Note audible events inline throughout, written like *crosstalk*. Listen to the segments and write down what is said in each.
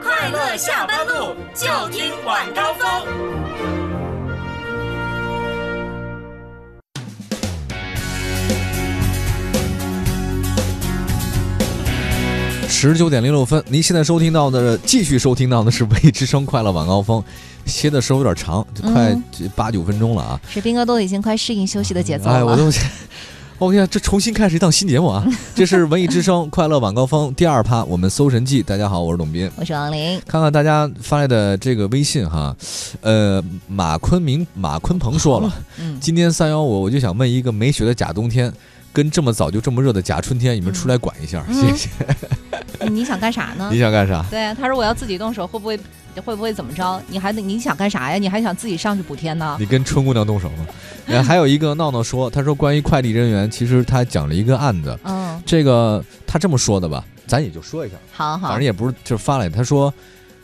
客下班路就听晚高峰。十九点零六分，您现在收听到的，继续收听到的是《微之声快乐晚高峰》，歇的时候有点长，就快嗯八九分钟了啊！水兵哥都已经快适应休息的节奏了。哎，我都，我跟你讲，这重新开始一档新节目 *laughs* 啊！这是《文艺之声》快乐晚高峰第二趴，我们搜神记。大家好，我是董斌。我是王琳。看看大家发来的这个微信哈，呃，马昆明马昆鹏说 *laughs* 了，嗯，今天三幺五，我就想问一个没雪的假冬天，跟这么早就这么热的假春天，你们出来管一下，嗯谢谢。你想干啥呢你？想干啥？对啊，他说我要自己动手，会不会会不会怎么着？你还得你想干啥呀？你还想自己上去补贴呢？你跟春姑娘动手吗？ *laughs* 呃还有一个闹闹说，他说关于快递人员，其实他讲了一个案子，嗯，这个他这么说的吧，咱也就说一下，好反好正，也不是就是发了，他说。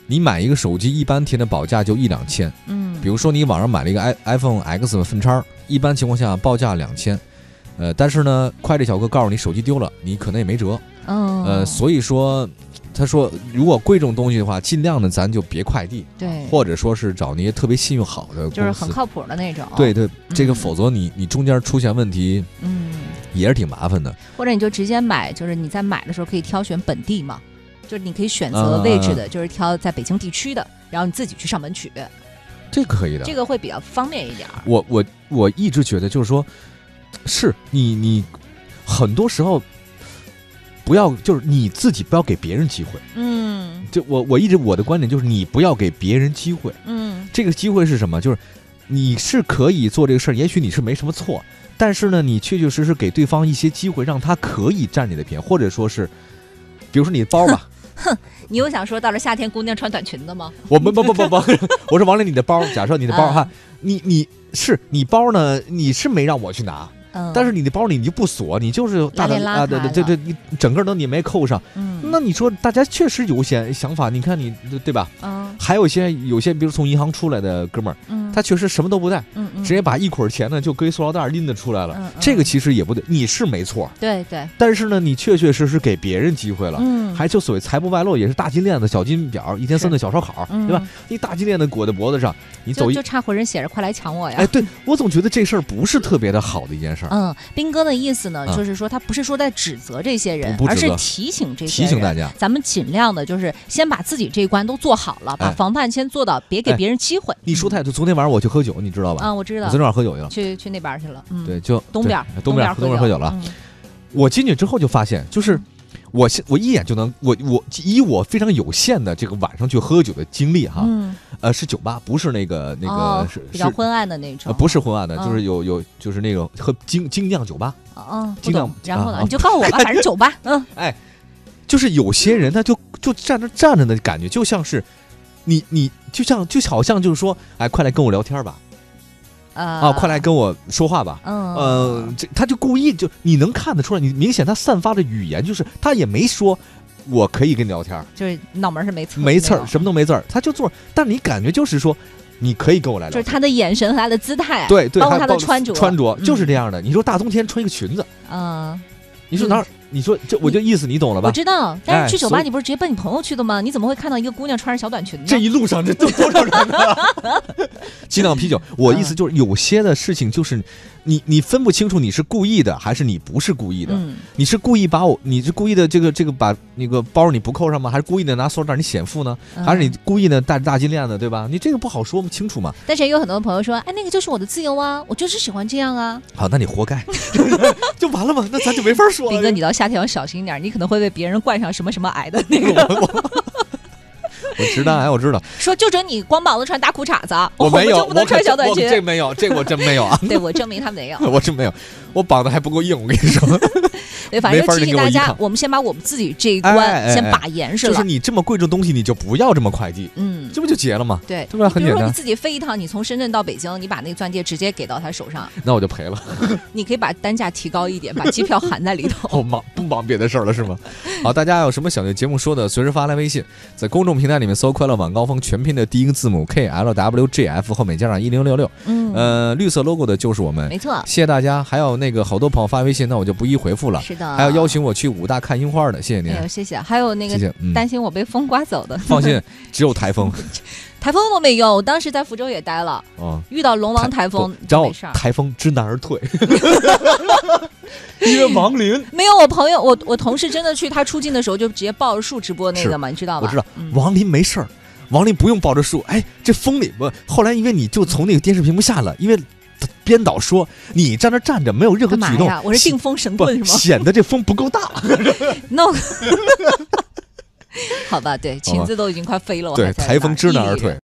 你买一个手机，一般贴的报价就一两千。嗯比如说，你网上买了一个 i iPhone X 的分叉，一般情况下报价两千，呃，但是呢，快递小哥告诉你手机丢了，你可能也没辙。嗯呃，所以说，他说如果贵重东西的话，尽量的咱就别快递，对，或者说是找那些特别信用好的公司，嗯就是很靠谱的那种。对，对，这个嗯否则你你中间出现问题嗯，也是挺麻烦的。或者你就直接买，就是你在买的时候可以挑选本地嘛，就是你可以选择位置嗯的，就是挑在北京地区的，然后你自己去上门取，这个可以的。这个会比较方便一点儿。我我我一直觉得就是说，是你你很多时候不要就是你自己不要给别人机会。嗯就我我一直我的观点就是你不要给别人机会。嗯这个机会是什么？就是你是可以做这个事儿，也许你是没什么错，但是呢，你确确实实给对方一些机会，让他可以占你的便宜，或者说是，比如说你的包吧，你又想说到了夏天姑娘穿短裙的吗？我不不不不不， *laughs* 我说王磊，你的包，假设你的包啊哈，你你是你包呢，你是没让我去拿，嗯，但是你的包你你就不锁，你就是大胆邋里邋遢啊，对对对对，你整个都你没扣上，嗯那你说大家确实有些想法，你看你对吧？嗯还有一些有些，比如从银行出来的哥们儿，嗯，他确实什么都不带，嗯嗯直接把一捆钱呢就搁一塑料袋拎得出来了嗯，嗯这个其实也不对，你是没错，对对，但是呢，你确确实实给别人机会了。嗯还就所谓财不外露，也是大金链子、小金表，一天三顿小烧烤，嗯对吧？一大金链子裹在脖子上，你走就一就，差浑身写着“快来抢我呀”哎，对我总觉得这事儿不是特别的好的一件事儿，嗯，斌哥的意思呢，嗯就是说他不是说在指责这些人，不不而指是责提醒这些提人。醒大家，咱们尽量的，就是先把自己这一关都做好了，把哎防范先做到，别给哎别人机会。你说太对。昨天晚上我去喝酒，你知道吧？啊，我知我道昨，天晚上喝酒去了，去去那边去了。嗯，对，就东对边儿，东边边儿儿东边儿喝酒了。。嗯我进去之后就发现，就是我现我一眼就能，我我以我非常有限的这个晚上去喝酒的经历哈，嗯，呃，是酒吧，不是那个那哦个是是比较昏暗的那呃种。不是昏暗的，嗯就是有有就是那种喝精精酿酒吧。嗯，不尽量懂。然后啊呢，啊你就告 *laughs* 诉我吧，反正酒吧。嗯就是有些人他就就站着站着的感觉，就像是你你就像就好像就是说，哎，快来跟我聊天吧，呃啊，快来。跟我说话吧。嗯呃，这他就故意就你能看得出来，你明显他散发的语言就是他也没说我可以跟你聊天，就是脑门儿是没刺没刺那儿，种什么都没字儿，他就做，但你感觉就是说你可以跟我来就聊是天。他的眼神和他的姿态，，啊对对，包括还有他的穿着穿着嗯就是这样的。你说大冬天穿一个裙子，嗯，你说哪儿？你说这我就意思你懂了吧我？知道，但哎是去酒所吧以你不是直接奔你朋友去的吗？你怎么会看到一个姑娘穿着小短裙呢？这一路上这都多少人啊？ *laughs* 精酿啤酒，我意思就是有些的事情就是你你分不清楚你是故意的还是你不是故意的，嗯，你是故意把我你是故意的这个这个把那个包你不扣上吗？还是故意的拿塑料袋你显富呢？嗯还是你？故意的戴着大金链子对吧？你这个不好说不清楚嘛。但是也有很多朋友说，哎，那个就是我的自由啊，我就是喜欢这样啊。好，那你活该， *laughs* 就完了嘛，那咱就没法说斌了。哥，你到夏天要小心一点，你可能会被别人冠上什么什么癌的那个。我我 *laughs* 我直男癌，我知道，说就准你光膀子穿大裤衩子啊， *laughs* 我没有，就不能可穿小短我裙。这没有，这我真没有啊，*laughs* *laughs* 对我证明他没有。我真没有，我绑的还不够硬，我跟你说。对，反正没法儿就提醒给我大一家趟，我们先把我们自己这一哎哎关哎先把严实就是了。你这么贵重东西，你就不要这么快递，嗯，这不就结了吗？ *laughs* 对。对吧？很比简如说你单。自己飞一趟，你从深圳到北京，你把那个钻戒直接给到他手上， *laughs* 那我就赔了， *laughs* 你可以把单价提高一点，把机票含在里头。 *laughs* 我忙不忙别的事儿了是吗？好，大家有什么想对节目说的，随时发来微信，在公众平台里面搜“快乐晚高峰”全拼的第一个字母 K L W G F 后面加上一零六六，嗯，呃，绿色 logo 的就是我们。没错，谢谢大家，还有那个好多朋友发微信，那我就不一一回复了。是的。还有邀请我去武大看樱花的，谢谢您哎，呦，谢谢。还有那谢个谢。嗯，担心我被风刮走的，放心，只有台 *laughs* 风台风都没有。我当时在福州也待了，哦。遇到龙王台风然就后没事儿。台风知难而退， *laughs* 因为亡灵。没有，我朋友，我我同事真的去，他出镜的时候就直接抱着树直播那个嘛，你知道吧？我知道嗯亡灵没事儿，亡灵不用抱着树。哎，这风里不，后来因为你就从那个电视屏幕下了，因为编导说你站那站着没有任何干嘛举动呀？，我是定风神不棍是吗？显得这风不够 *laughs* 大。那我 *laughs* 好吧，对，裙子都已经快飞了，我还对，在台那儿风知难屹立而着退。